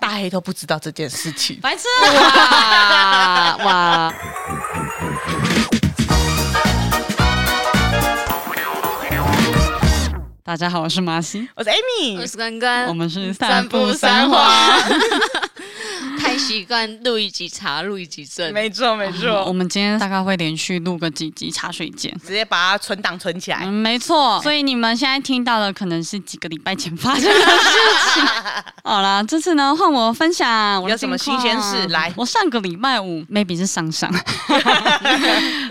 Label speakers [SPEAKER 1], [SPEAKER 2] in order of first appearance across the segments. [SPEAKER 1] 阿黑都不知道这件事情。
[SPEAKER 2] 白痴啊！哇！大家好，我是马西，
[SPEAKER 1] 我是 Amy，
[SPEAKER 3] 我是关关，
[SPEAKER 2] 我们是
[SPEAKER 3] 呃散步三
[SPEAKER 2] 花。
[SPEAKER 3] 花，太习惯录一集茶，录一集 证。
[SPEAKER 1] 没错没
[SPEAKER 2] 我
[SPEAKER 3] 哦
[SPEAKER 1] 错，
[SPEAKER 2] 们今天大概会连续录个几集茶水间。
[SPEAKER 1] 直接把它存档存起来
[SPEAKER 2] 嗯，。没错，所以你们现在听到的可能是几个礼拜前发生的事 情。好啦，这次呢换我分享我的
[SPEAKER 1] 有什么
[SPEAKER 2] 近况
[SPEAKER 1] 新鲜事来
[SPEAKER 2] 我上个礼拜五，maybe 是 上上，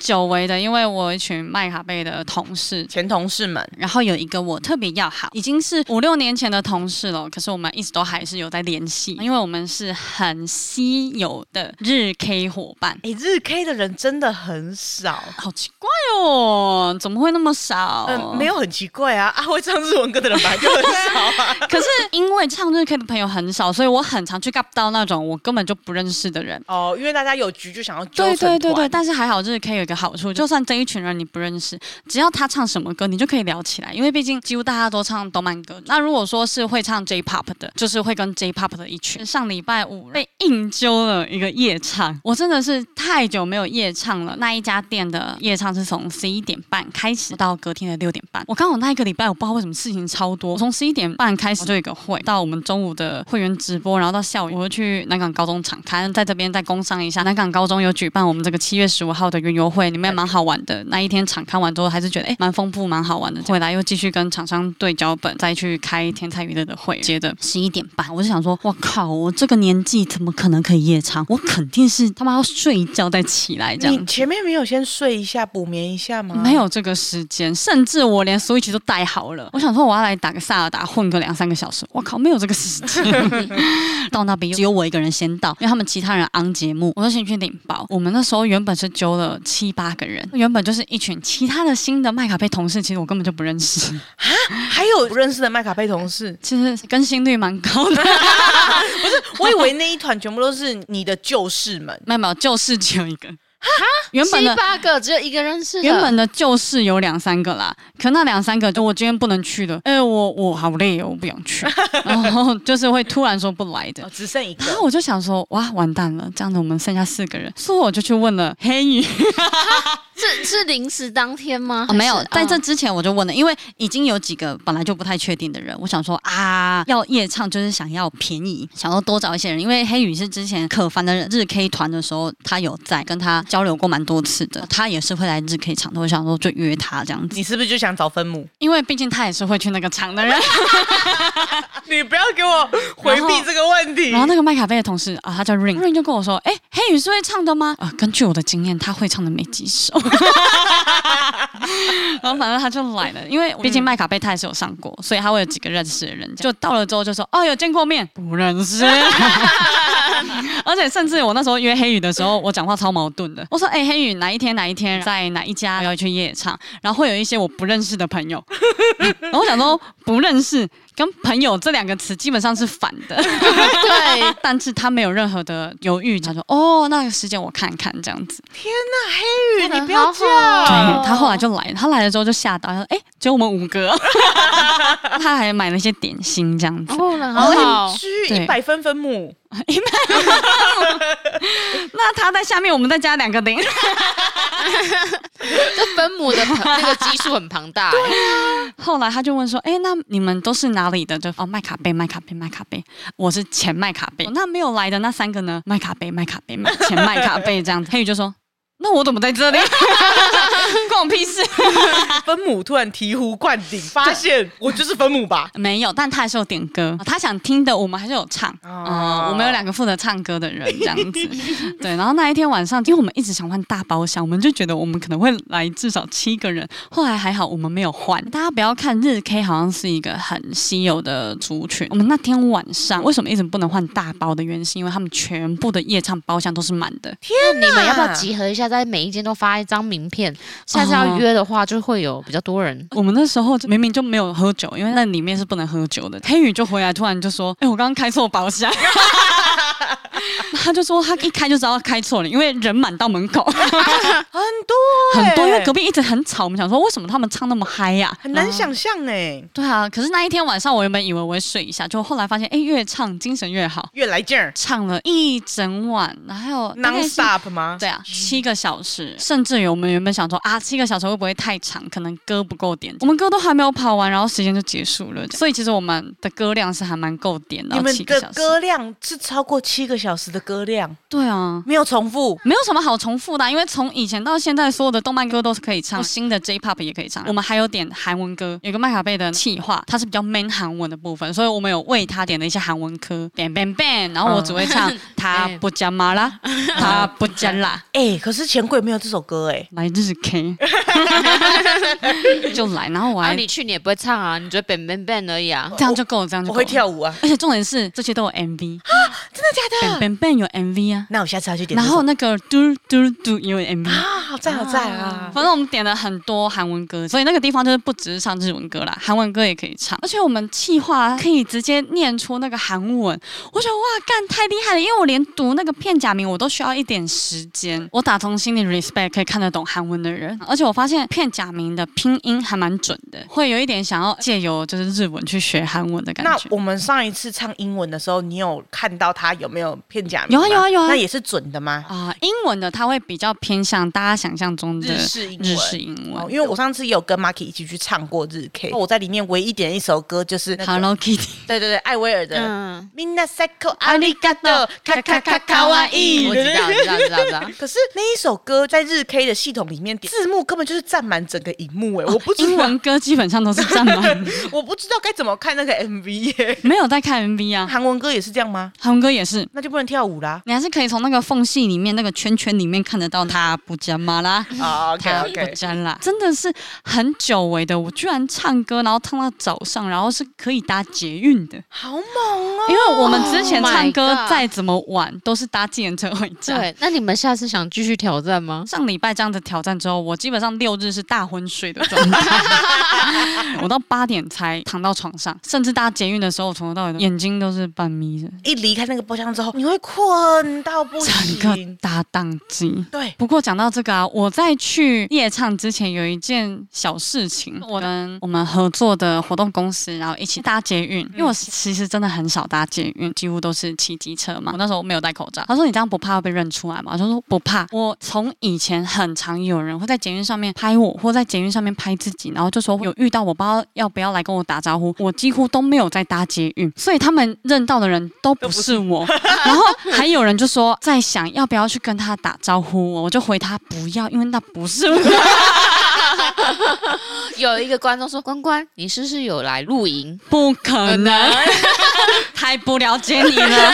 [SPEAKER 2] 久违的，因为我有一群麦卡贝的同事。
[SPEAKER 1] 前同事们，
[SPEAKER 2] 然后有一个我特别要好，已经是五六年前的同事了，可是我们一直都还是有在联系，因为我们是很稀有的日 K 伙伴。
[SPEAKER 1] 哎，日 K 的人真的很少。
[SPEAKER 2] 好奇怪哦，怎么会那么少？
[SPEAKER 3] 哦
[SPEAKER 1] 嗯，没有很奇怪啊，啊，会唱日文歌的人本来就很少 啊。
[SPEAKER 2] 可是因为唱日 K 的朋友很少，所以我很常去 gap 到那种我根本就不认识的人。
[SPEAKER 1] 哦，因为大家有局就想要揪
[SPEAKER 2] 对
[SPEAKER 1] 成
[SPEAKER 2] 对对对，
[SPEAKER 1] 团
[SPEAKER 2] 但是还好日 K 有一个好处，就算这一群人你不认识，只要他唱什么歌，你就可以聊起来，因为毕竟几乎大家都唱动漫歌。那如果说是会唱 J-pop 的，就是会跟 J-pop 的一群。上礼拜五被硬揪了一个夜唱，我真的是太久没有夜唱了。那一家店的夜唱是从十一点半开始到隔天的六点半。我刚好那一个礼拜我不知道为什么事情超多，我从十一点半开始就有一个会，到我们中午的会员直播，然后到下午我又去南港高中场刊，在这边再工商一下，南港高中有举办我们这个七月十五号的云游会，里面蛮好玩的。那一天场刊完之后，还是觉得哎蛮丰富、蛮好玩的。回来又继续跟厂商对脚本，再去开天才娱乐的会。接着十一点半，我就想说，我靠，我这个年纪怎么可能可以夜唱？我肯定是他妈要睡一觉再起来这样
[SPEAKER 1] 你。前面没有先睡一下补眠一下
[SPEAKER 3] 嗯
[SPEAKER 1] 吗？
[SPEAKER 2] 没，有这个时间，甚至我连 Switch 都带好了。我想说我要来打个萨尔达，混个两三个小时。我靠，没有这个时 间。到那边只有我一个人先到，因为他们其他人昂节目，我就先去领包。我们那时候原本是揪了七八个人，原本就是一群其他的新的麦卡贝同事，其实我根本就不认识，，
[SPEAKER 1] 还有不认识的麦卡贝同事
[SPEAKER 2] 其实更新率蛮高 的。
[SPEAKER 1] 我以为那一团全部都是你的旧事们。
[SPEAKER 2] 没有没有，就是只有一个。原本
[SPEAKER 3] 七
[SPEAKER 2] 的
[SPEAKER 3] 八个只有一个认识的，
[SPEAKER 2] 原本的旧事有两三个啦，可那两三个就我今天不能去了，哎、我我好累哦，我不想 去，然后就是会突然说不来的
[SPEAKER 1] 哦，。只剩一个
[SPEAKER 2] 然，后我就想说，哇，完蛋了，这样子我们剩下四个人，所以我就去问了黑羽。
[SPEAKER 3] 是是临时当天吗？
[SPEAKER 2] 哦，没有
[SPEAKER 3] 还是，
[SPEAKER 2] 在这
[SPEAKER 3] 哦
[SPEAKER 2] 之前我就问了，因为已经有几个本来就不太确定的人，我想说啊，要夜唱就是想要便宜，想要多找一些人，因为黑羽是之前可凡的日 K 团的时候，他有在跟他交流过蛮多次的，他也是会来日 K 场的，我想说就约他这样子，
[SPEAKER 1] 你是不是就想找分母？
[SPEAKER 2] 因为毕竟他也是会去那个场的人。
[SPEAKER 1] 你不要给我回避这个问题
[SPEAKER 2] 然。后那个麦卡贝的同事啊，他叫 Ring，Ring 就跟我说，哎、黑羽是会唱的吗？啊，根据我的经验，他会唱的没几首。 然后反正他就来了，因为毕竟麦卡贝他也是有上过，所以他会有几个认识的人。就到了之后就说，哦，有见过面，不认识。 而且甚至我那时候约黑羽的时候，我讲话超矛盾的。我说，哎、黑羽哪一天哪一天在哪一家要去夜唱，然后会有一些我不认识的朋友。 然后我想说，不认识跟朋友这两个词基本上是反的。
[SPEAKER 3] 对，
[SPEAKER 2] 但是他没有任何的犹豫，他说：“哦，那个时间我看看这样子。
[SPEAKER 1] 玉，你不要这
[SPEAKER 2] 对
[SPEAKER 1] 样。
[SPEAKER 2] 他
[SPEAKER 3] 哦
[SPEAKER 2] 后来就来了，他来了之后就吓到，他说：“哎、只有我们五 个。”他还买了一些点心这样子。
[SPEAKER 3] 哦，然
[SPEAKER 1] 好
[SPEAKER 3] 后
[SPEAKER 1] G
[SPEAKER 2] 对
[SPEAKER 1] 一百分分母，
[SPEAKER 2] 那他在下面，我们再加两个零。
[SPEAKER 3] 这分母的庞那个基数很庞 大，欸
[SPEAKER 2] 后来他就问说：“哎、那你们都是哪里的？”就哦，麦卡贝，麦卡贝，麦卡贝，我是前麦卡贝。那没有来的那三个呢？麦卡贝，麦卡贝，麦前麦卡贝这样 子。黑宇就说：“那我怎么在这里？ 关我屁事。”
[SPEAKER 1] 分母突然醍醐灌顶，发现我就是分母吧。
[SPEAKER 2] 没有，但他还是有点歌，他想听的我们还是有唱。
[SPEAKER 1] 哦
[SPEAKER 2] 哦、我们有两个负责唱歌的人这样子。对，然后那一天晚上，因为我们一直想换大包厢，我们就觉得我们可能会来至少七个人。后来还好我们没有换。大家不要看日 K 好像是一个很稀有的族群，我们那天晚上为什么一直不能换大包的原因，是因为他们全部的夜唱包厢都是满的。
[SPEAKER 3] 那你们
[SPEAKER 1] 嗯
[SPEAKER 3] 要不要集合一下，在每一间都发一张名片？下次要约的话，就会有比较多人。
[SPEAKER 2] 我们那时候明明就没有喝酒，因为那里面是不能喝酒的。黑羽就回来，突然就说：“哎、我刚刚开错包厢。” 他就说他一开就知道开错了，因为人满到门口
[SPEAKER 1] 很多、欸
[SPEAKER 2] 很多，因为隔
[SPEAKER 1] 壁
[SPEAKER 2] 壁一直很吵。我们想说为什么他们唱那么嗨呀、
[SPEAKER 1] 很难想象哎、
[SPEAKER 2] 对啊，可是那一天晚上我原本以为我会睡一下，就后来发现，哎，越唱精神越好，
[SPEAKER 1] 越来劲儿
[SPEAKER 2] 唱了一整晚，然后大概
[SPEAKER 1] ，non
[SPEAKER 2] 是
[SPEAKER 1] stop 吗？
[SPEAKER 2] 对啊，七个小时，甚至有我们原本想说啊，七个小时会不会太长？可能歌不够点，我们歌都还没有跑完，然后时间就结束了。所以其实我们的歌量是还蛮够点的，
[SPEAKER 1] 你们
[SPEAKER 2] 七个
[SPEAKER 1] 的
[SPEAKER 2] 小时。
[SPEAKER 1] 歌量是超过七个小时的歌量，
[SPEAKER 2] 对啊，
[SPEAKER 1] 没有重复。
[SPEAKER 2] 没有什么好重复的啊、因为从以前到现在，所有的动漫歌都是可以唱，新的 J-pop 也可以唱。我们还有点韩文歌，有一个麦卡贝的企划，它是比较 man 韩文的部分，所以我们有为他点的一些韩文歌，bang bang bang，然后我只会唱他不加麻 啦，他不加辣，
[SPEAKER 1] 哎、可是钱柜没有这首歌哎、
[SPEAKER 2] 来日 K 就来，然后我
[SPEAKER 3] 啊，
[SPEAKER 2] 还
[SPEAKER 3] 你去你也不会唱啊，你觉得 ben ben ben 而已啊。
[SPEAKER 2] 这样就够了，这样就
[SPEAKER 1] 我
[SPEAKER 2] 够
[SPEAKER 1] 会
[SPEAKER 2] 了。
[SPEAKER 1] 跳舞啊，
[SPEAKER 2] 而且重点是这些都有 MV，真的假的？bang bang bang 有 MV 啊，
[SPEAKER 1] 那我下次要去点
[SPEAKER 2] 然
[SPEAKER 1] 这首。
[SPEAKER 2] 后那个嘟嘟嘟也有 MV。
[SPEAKER 1] 啊，好在好在啊，
[SPEAKER 2] 反正我们点了很多韩文歌，所以那个地方就是不只是唱日文歌啦，韩文歌也可以唱。而且我们气话可以直接念出那个韩文，我觉得哇，干太厉害了！因为我连读那个片假名我都需要一点时间。我打从心里 respect 可以看得懂韩文的人，而且我发现片假名的拼音还蛮准的，会有一点想要借由就是日文去学韩文的感
[SPEAKER 1] 那
[SPEAKER 2] 觉。
[SPEAKER 1] 我们上一次唱英文的时候，你有看到他有没有片假名
[SPEAKER 2] 有
[SPEAKER 1] 吗？
[SPEAKER 2] 啊有啊有啊
[SPEAKER 1] 那也是准的吗？
[SPEAKER 2] 啊、英文的它会比较偏向大家想象中的
[SPEAKER 1] 日式英文。
[SPEAKER 2] 日式英文。
[SPEAKER 1] 哦，因为我上次也有跟 Marky 一起去唱过日 K，我在里面唯一点一首歌就是那个，
[SPEAKER 2] Hello Kitty，
[SPEAKER 1] 对对对，艾薇儿的《
[SPEAKER 3] 嗯，
[SPEAKER 1] Mina Psycho Arigato》，咔咔咔
[SPEAKER 2] 卡
[SPEAKER 1] 卡
[SPEAKER 2] 哇
[SPEAKER 1] 哇
[SPEAKER 2] 伊
[SPEAKER 1] 伊，
[SPEAKER 3] 我知道，知道，知道，知道。
[SPEAKER 1] 可是那一首歌在日 K 的系统里面，字幕根本就是占满整个荧幕哎、我不知
[SPEAKER 2] 英
[SPEAKER 1] 道，
[SPEAKER 2] 文歌基本上都是占满的。
[SPEAKER 1] 我不知道该怎么看那个 MV 耶、
[SPEAKER 2] 没有在看 MV 啊，
[SPEAKER 1] 韩文歌也是这样吗？
[SPEAKER 2] 韩文歌也是。
[SPEAKER 1] 那就不能跳舞啦。
[SPEAKER 2] 你还是可以从那个缝隙里面、那个圈圈里面看得到他不加嘛啦，
[SPEAKER 1] 啊
[SPEAKER 2] 他不加啦，真的是很久违的。我居然唱歌，然后唱到早上，然后是可以搭捷运的，
[SPEAKER 1] 好猛哦！
[SPEAKER 2] 因为我们之前
[SPEAKER 3] Oh my
[SPEAKER 2] 唱歌
[SPEAKER 3] God
[SPEAKER 2] 再怎么晚都是搭计程车回家。
[SPEAKER 3] 对，那你们下次想继续挑战吗？
[SPEAKER 2] 上礼拜这样的挑战之后，我基本上六日是大昏睡的状态， 我到八点才躺到床上，甚至搭捷运的时候，我从头到尾都眼睛都是半眯着，
[SPEAKER 1] 一离开那个包厢之后，你会困到不
[SPEAKER 2] 整个
[SPEAKER 1] 行。
[SPEAKER 2] 搭档机。
[SPEAKER 1] 对，
[SPEAKER 2] 不过讲到这个啊，我在去夜唱之前有一件小事情，我跟我们合作的活动公司，然后一起搭捷运，因为我其实真的很少搭捷运，几乎都是骑机车嘛。我那时候没有戴口罩，他说你这样不怕会被认出来吗？我就说不怕。我从以前很常有人会在捷运上面拍我，或在捷运上面拍自己，然后就说有遇到我不知道要不要来跟我打招呼，我几乎都没有在搭捷运，所以他们认到的人都不是我。然后还有人就说在想要不要去跟他打招呼，我就回他不要，因为那不是我。
[SPEAKER 3] 有一个观众说：“关关，你是不是有来露 营？
[SPEAKER 2] 不可能，太不了解你了。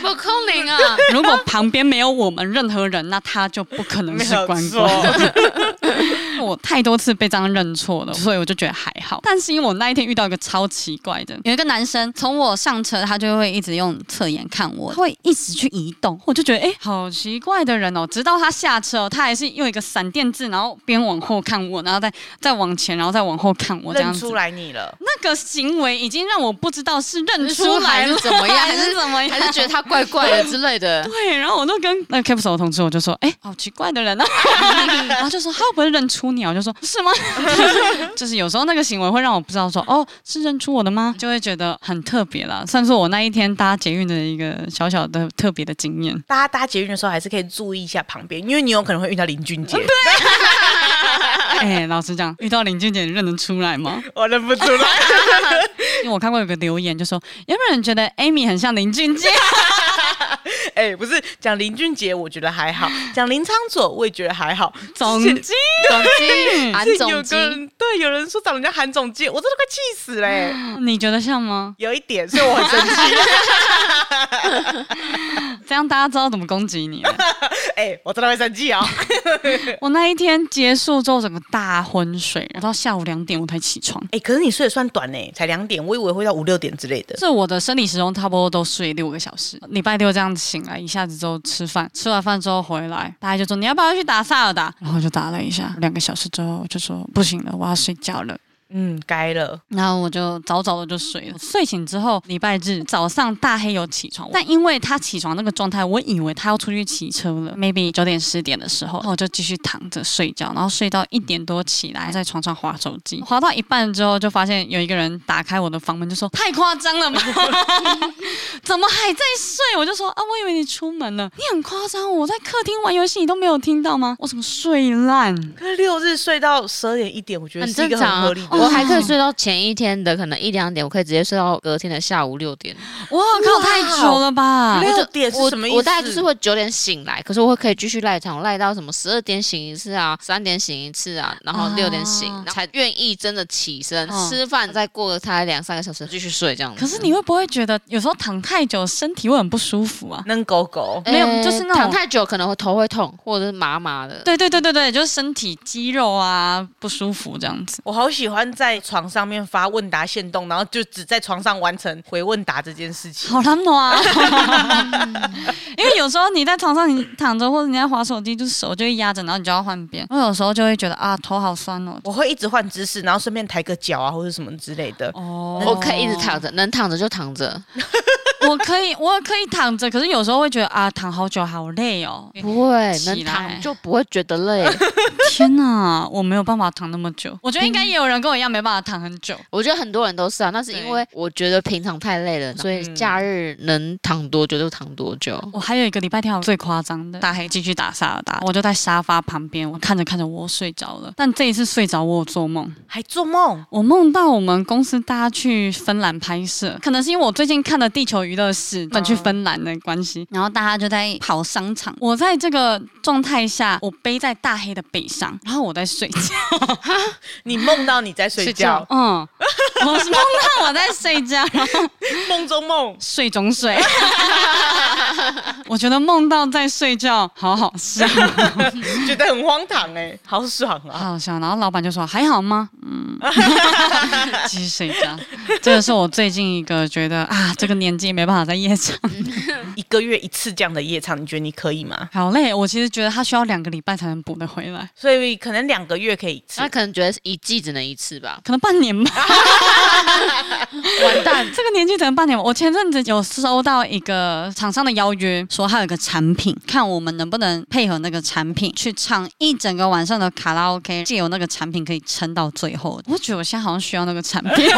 [SPEAKER 3] 不可能 啊！
[SPEAKER 2] 如果旁边没有我们任何人，那他就不可能是关 关。 我太多次被这样认错了，所以我就觉得还好。但是因为我那一天遇到一个超奇怪的，有一个男生从我上车，他就会一直用侧眼看我，他会一直去移动，我就觉得哎、诶好奇怪的人哦。直到他下车哦，他还是用一个闪电字，然后边往后看我，然后再再往前，然后再往后看我，这样
[SPEAKER 1] 认
[SPEAKER 2] 子
[SPEAKER 1] 出。来你了。
[SPEAKER 2] 那个行为已经让我不知道是认出
[SPEAKER 3] 出
[SPEAKER 2] 来
[SPEAKER 3] 来
[SPEAKER 2] 了
[SPEAKER 3] 是 怎么样，还
[SPEAKER 2] 是
[SPEAKER 3] 是
[SPEAKER 2] 怎么样，
[SPEAKER 3] 还是觉得他怪怪的之类的？
[SPEAKER 2] 对，然后我就跟那 Caps 的同事，我就说，哎、好奇怪的人啊， 然后就说他会不会认出你啊？我就说是吗？ 就是有时候那个行为会让我不知道说，哦，是认出我的吗？就会觉得很特别啦，算是我那一天搭捷运的一个小小的特别的经验。
[SPEAKER 1] 大家搭捷运的时候还是可以注意一下旁边，因为你有可能会遇到林俊杰。
[SPEAKER 2] 哎、老实讲，遇到林俊杰，你认得出来吗？
[SPEAKER 1] 我认不出来。
[SPEAKER 2] 因为我看过有个留言就说，有没有人觉得 Amy 很像林俊杰？
[SPEAKER 1] 哎、不是讲林俊杰，我觉得还好；讲林昌佐，我也觉得还好。
[SPEAKER 2] 总
[SPEAKER 1] 之前
[SPEAKER 2] 之，
[SPEAKER 3] 总机，韩
[SPEAKER 1] 之前
[SPEAKER 3] 总
[SPEAKER 1] 有
[SPEAKER 3] 机
[SPEAKER 1] 个人对有人说找人家韩总监，我真的快气死嘞、
[SPEAKER 2] 你觉得像吗？
[SPEAKER 1] 有一点，所以我很生气。
[SPEAKER 2] 这样大家知道怎么攻击你了。啊
[SPEAKER 1] 哎、我真的会生气哦。
[SPEAKER 2] 我那一天结束之后，整个大昏睡，然后到下午两点我才起床。
[SPEAKER 1] 哎、可是你睡得算短呢、才两点，我以为会到五六点之类的。
[SPEAKER 2] 这我的生理时钟差不多都睡六个小时，礼拜六这样醒来，一下子就吃饭，吃完饭之后回来，大家就说你要不要去打萨尔达，然后我就打了一下，两个小时之后我就说不行了，我要睡觉了。
[SPEAKER 1] 嗯，该了，
[SPEAKER 2] 然后我就早早的就睡了。睡醒之后，礼拜日早上大黑有起床，但因为他起床那个状态，我以为他要出去骑车了，maybe 九点十点的时候，然后我就继续躺着睡觉，然后睡到一点多起来，在床上划手机，划到一半之后就发现有一个人打开我的房门，就说太夸张了吧， 怎么还在睡？我就说啊，我以为你出门了，你很夸张，我在客厅玩游戏，你都没有听到吗？我怎么睡烂？
[SPEAKER 1] 可是六日睡到十二点一点，我觉得
[SPEAKER 3] 很
[SPEAKER 1] 是一
[SPEAKER 3] 正
[SPEAKER 1] 个
[SPEAKER 3] 常
[SPEAKER 1] 很
[SPEAKER 3] 啊
[SPEAKER 1] 合理的。
[SPEAKER 3] 我还可以睡到前一天的可能一两点，我可以直接睡到隔天的下午六点。
[SPEAKER 2] 哇靠，太久了吧？
[SPEAKER 1] 六点是
[SPEAKER 3] 啊我
[SPEAKER 1] 什么意思？
[SPEAKER 3] 我大概就是会九点醒来，可是我会可以继续赖床，赖到什么十二点醒一次啊，三点醒一次啊，然后六点醒，
[SPEAKER 2] 啊
[SPEAKER 3] 然后才愿意真的起身、
[SPEAKER 2] 嗯
[SPEAKER 3] 吃饭，再过个才两三个小时继续睡这样子。
[SPEAKER 2] 可是你会不会觉得有时候躺太久身体会很不舒服啊？
[SPEAKER 1] 嗯能狗狗，
[SPEAKER 2] 没有就是那种
[SPEAKER 3] 呃躺太久可能会头会痛或者是麻麻的。
[SPEAKER 2] 对对对对对，就是身体肌肉啊不舒服这样子。
[SPEAKER 1] 我好喜欢在床上面发问答限动，然后就只在床上完成回问答这件事情。
[SPEAKER 2] 好难弄 啊！因为有时候你在床上你躺着或者你在滑手机，就是手就会压着，然后你就要换边。我有时候就会觉得啊头好酸哦。
[SPEAKER 1] 我会一直换姿势，然后顺便抬个脚啊，或者什么之类
[SPEAKER 3] 嗯
[SPEAKER 1] 的。
[SPEAKER 2] 哦
[SPEAKER 3] 我可以一直躺，着，能躺着就躺着，
[SPEAKER 2] 我可以，我可以躺着，可是有时候会觉得啊，躺好久好累哦。
[SPEAKER 3] 不会
[SPEAKER 2] 起来
[SPEAKER 3] 能躺就不会觉得累。
[SPEAKER 2] 天哪，我没有办法躺那么久。我觉得应该
[SPEAKER 3] 嗯
[SPEAKER 2] 也有人跟我一样没办法躺很久。
[SPEAKER 3] 我觉得很多人都是啊，那是因为我觉得平常太累了，所以假日能躺多久就躺多久。
[SPEAKER 2] 我还有一个礼拜天，我最夸张的，大黑继续打萨尔达，我就在沙发旁边，我看着看着我睡着了。但这一次睡着，我有做梦，
[SPEAKER 1] 还做梦，
[SPEAKER 2] 我梦到我们公司大家去芬兰拍摄，可能是因为我最近看了《地球娱乐室》，本去芬兰的关系，然后大家就在跑商场。我在这个状态下，我背在大黑的背上，然后我在睡觉。
[SPEAKER 1] 你梦到你在 睡觉，
[SPEAKER 2] 嗯，我是梦到我在睡觉，然后
[SPEAKER 1] 梦中梦。
[SPEAKER 2] 睡中睡。 我觉得梦到在睡觉，好好笑。
[SPEAKER 1] 觉得很荒唐哎、好爽啊！
[SPEAKER 2] 好好笑。然后老板就说：“还好吗？”嗯， 继续睡觉。这个是我最近一个觉得啊，这个年纪没办法在夜场，
[SPEAKER 1] 一个月一次这样的夜场，你觉得你可以吗？
[SPEAKER 2] 好累。我其实觉得他需要两个礼拜才能补得回来，
[SPEAKER 1] 所以可能两个月可以一次
[SPEAKER 3] 那，可能觉得一季只能一次吧，
[SPEAKER 2] 可能半年吧。
[SPEAKER 3] 完蛋，
[SPEAKER 2] 这个年纪可能半年吧。我前阵子有收到一个厂商的邀约，说他有个产品，看我们能不能配合那个产品去唱一整个晚上的卡拉 OK，借由那个产品可以撑到最后。我觉得我现在好像需要那个产品。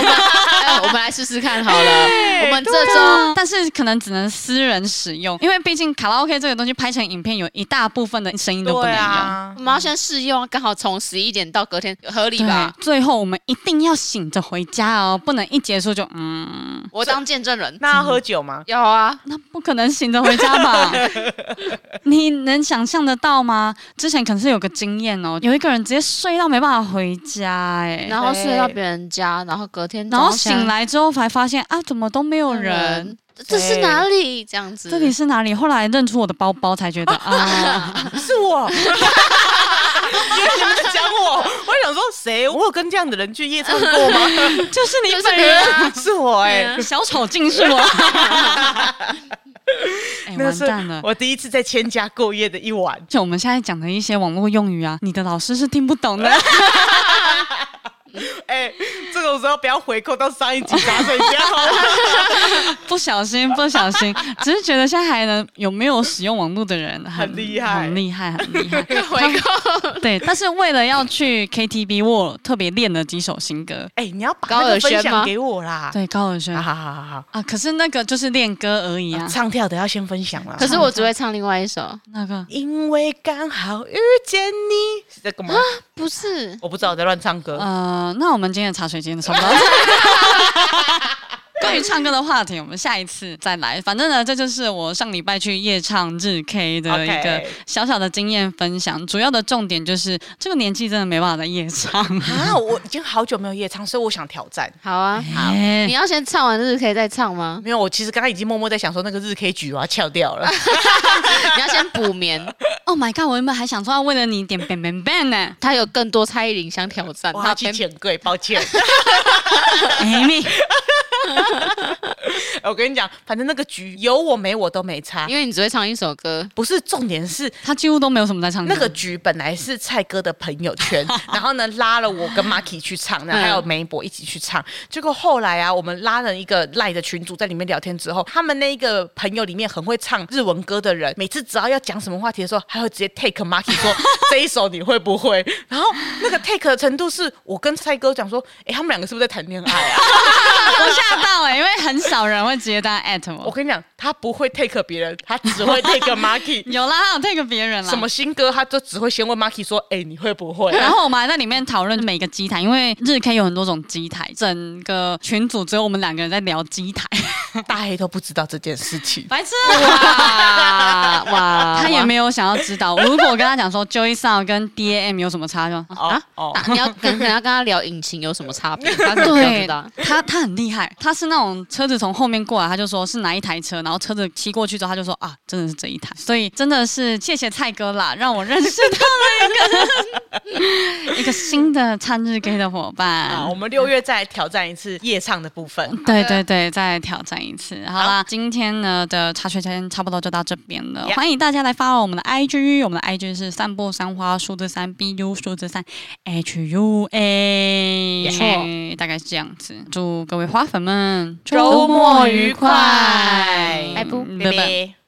[SPEAKER 3] 哎我们来试试看好了。
[SPEAKER 2] 哎
[SPEAKER 3] 我们这
[SPEAKER 2] 啊
[SPEAKER 3] 周
[SPEAKER 2] 但是可能只能私人使用，因为毕竟卡拉 OK 这个东西拍成影片，有一大部分的声音都不能
[SPEAKER 1] 对
[SPEAKER 2] 用。
[SPEAKER 1] 啊
[SPEAKER 3] 我，们要先试用，刚好从十一点到隔天，合理
[SPEAKER 2] 对
[SPEAKER 3] 吧？
[SPEAKER 2] 最后我们一定要醒着回家哦，不能一结束就嗯，
[SPEAKER 3] 我当见证人。
[SPEAKER 1] 那要喝酒吗？
[SPEAKER 3] 要啊，
[SPEAKER 2] 那不可能醒着回家吧？你能想象得到吗？之前可能是有个经验哦，有一个人直接睡到没办法回家、哎，
[SPEAKER 3] 然后睡到别人家，然后隔天
[SPEAKER 2] 然后
[SPEAKER 3] 早上
[SPEAKER 2] 醒来之后才发现啊，怎么都没有人。，
[SPEAKER 3] 这是哪里？这样子，
[SPEAKER 2] 这里是哪里？后来认出我的包包，才觉得啊，
[SPEAKER 1] 是我。因为你们在讲我，我想说谁？我有跟这样的人去夜唱过 吗？
[SPEAKER 2] 就是你
[SPEAKER 3] 就是
[SPEAKER 2] 本
[SPEAKER 3] 别
[SPEAKER 2] 人
[SPEAKER 3] 人。
[SPEAKER 1] 是我哎、
[SPEAKER 2] 小丑 竟是我。哎、
[SPEAKER 1] 那
[SPEAKER 2] 完
[SPEAKER 1] 是
[SPEAKER 2] 蛋了！
[SPEAKER 1] 我第一次在千家过夜的一晚。
[SPEAKER 2] 就我们现在讲的一些网络用语啊，你的老师是听不 懂的。
[SPEAKER 1] 哎、这种时候不要回扣到上一集打水 觉。
[SPEAKER 2] 不小心，不小心，只是觉得现在还能有没有使用网络的人
[SPEAKER 1] 很厉害
[SPEAKER 2] 很厉害，很 厉害。
[SPEAKER 3] 回购。
[SPEAKER 2] 对，但是为了要去 KTV，我特别练了几首新歌。
[SPEAKER 1] 哎、你要把那个分享给我啦。
[SPEAKER 2] 对，高尔宣
[SPEAKER 1] 好
[SPEAKER 2] 啊
[SPEAKER 1] 好好好好，
[SPEAKER 2] 可是那个就是练歌而已啊。
[SPEAKER 1] 唱跳的要先分享啦。
[SPEAKER 3] 可是我只会唱另外一首，
[SPEAKER 2] 那个
[SPEAKER 1] 因为刚好遇见你，是这个吗？
[SPEAKER 2] 啊
[SPEAKER 3] 不是
[SPEAKER 1] 我不知道我在乱唱歌。
[SPEAKER 2] 呃，那我们今天的茶水间的差 不多。关于唱歌的话题，我们下一次再来。反正呢，这就是我上礼拜去夜唱日 K 的一个
[SPEAKER 1] OK
[SPEAKER 2] 小小的经验分享。主要的重点就是，这个年纪真的没办法在夜唱。
[SPEAKER 1] 啊，我已经好久没有夜唱，所以我想挑战。
[SPEAKER 3] 好啊。
[SPEAKER 2] 哎
[SPEAKER 3] 你要先唱完日 K 再唱吗？
[SPEAKER 1] 没有，我其实刚刚已经默默在想说，那个日 K 局我要翘掉 了。
[SPEAKER 3] 你要先补眠。
[SPEAKER 2] Oh my god！我原本还想说要为了你点 bang bang bang 呢
[SPEAKER 3] 他有更多蔡依林想挑战，
[SPEAKER 1] 我
[SPEAKER 2] 哎
[SPEAKER 3] 他
[SPEAKER 1] 要去钱柜，抱歉。
[SPEAKER 2] ，Amy。
[SPEAKER 1] 我跟你讲，反正那个局有我没我都没
[SPEAKER 2] 啊
[SPEAKER 1] 差。
[SPEAKER 3] 因为你只会唱一首歌，
[SPEAKER 1] 不是重点是
[SPEAKER 2] 他几乎都没有什么在唱歌。
[SPEAKER 1] 那个局本来是蔡哥的朋友圈，然后呢拉了我跟 Marky 去唱，然后还有梅博一起去唱。结果后来啊，我们拉了一个赖的群组在里面聊天之后，他们那一个朋友里面很会唱日文歌的人，每次只要要讲什么话题的时候，还会直接 take Marky 说这一首你会不会？然后那个 take 的程度是我跟蔡哥讲说，哎、他们两个是不是在谈恋爱啊？
[SPEAKER 2] 我吓到哎、因为很少人会直接大家 at
[SPEAKER 1] 我
[SPEAKER 2] 我。
[SPEAKER 1] 跟你讲，他不会 take 别人，他只会 take Marky。
[SPEAKER 2] 有啦，他有 take 别人啦。
[SPEAKER 1] 什么？新歌，他就只会先问 Marky 说：“哎、你会不 会、啊？”
[SPEAKER 2] 然后我们还在里面讨论每个机台，因为日 K 有很多种机台，整个群组只有我们两个人在聊机台，
[SPEAKER 1] 大黑都不知道这件事情。
[SPEAKER 2] 白痴、啊
[SPEAKER 3] 哇 哇，
[SPEAKER 2] 他也没有想要知道。如果我跟他讲说 Joy Sound 跟 DAM 有什么差，就
[SPEAKER 1] 哦
[SPEAKER 3] 啊
[SPEAKER 1] 哦，
[SPEAKER 3] 那你要可能可能要跟他聊引擎有什么差别，他怎么可能
[SPEAKER 2] 对
[SPEAKER 3] 知道？
[SPEAKER 2] 他，他很厉害，他是那种车子从后面过来，他就说是哪一台车，然后车子骑过去之后，他就说啊，真的是这一台，所以真的是谢谢蔡哥啦，让我认识到了一个一个新的唱日 K 的伙
[SPEAKER 1] 啊，
[SPEAKER 2] 伴
[SPEAKER 1] 我。们六月再挑战一次夜唱的部分。
[SPEAKER 2] 对
[SPEAKER 3] 好
[SPEAKER 2] 对
[SPEAKER 3] 的
[SPEAKER 2] 对，再挑战一次。好啦，今天呢的茶水间差不多就到这边了。
[SPEAKER 1] Yeah
[SPEAKER 2] 欢迎大家来发我们的 IG，我们的 IG 是散步三花数字三 BU 数字三 HUA，
[SPEAKER 3] 没错
[SPEAKER 2] 哎大概是这样子。祝各位花粉们
[SPEAKER 1] 周末愉快
[SPEAKER 2] 快，
[SPEAKER 3] 拜拜
[SPEAKER 2] 嗯
[SPEAKER 1] 拜拜。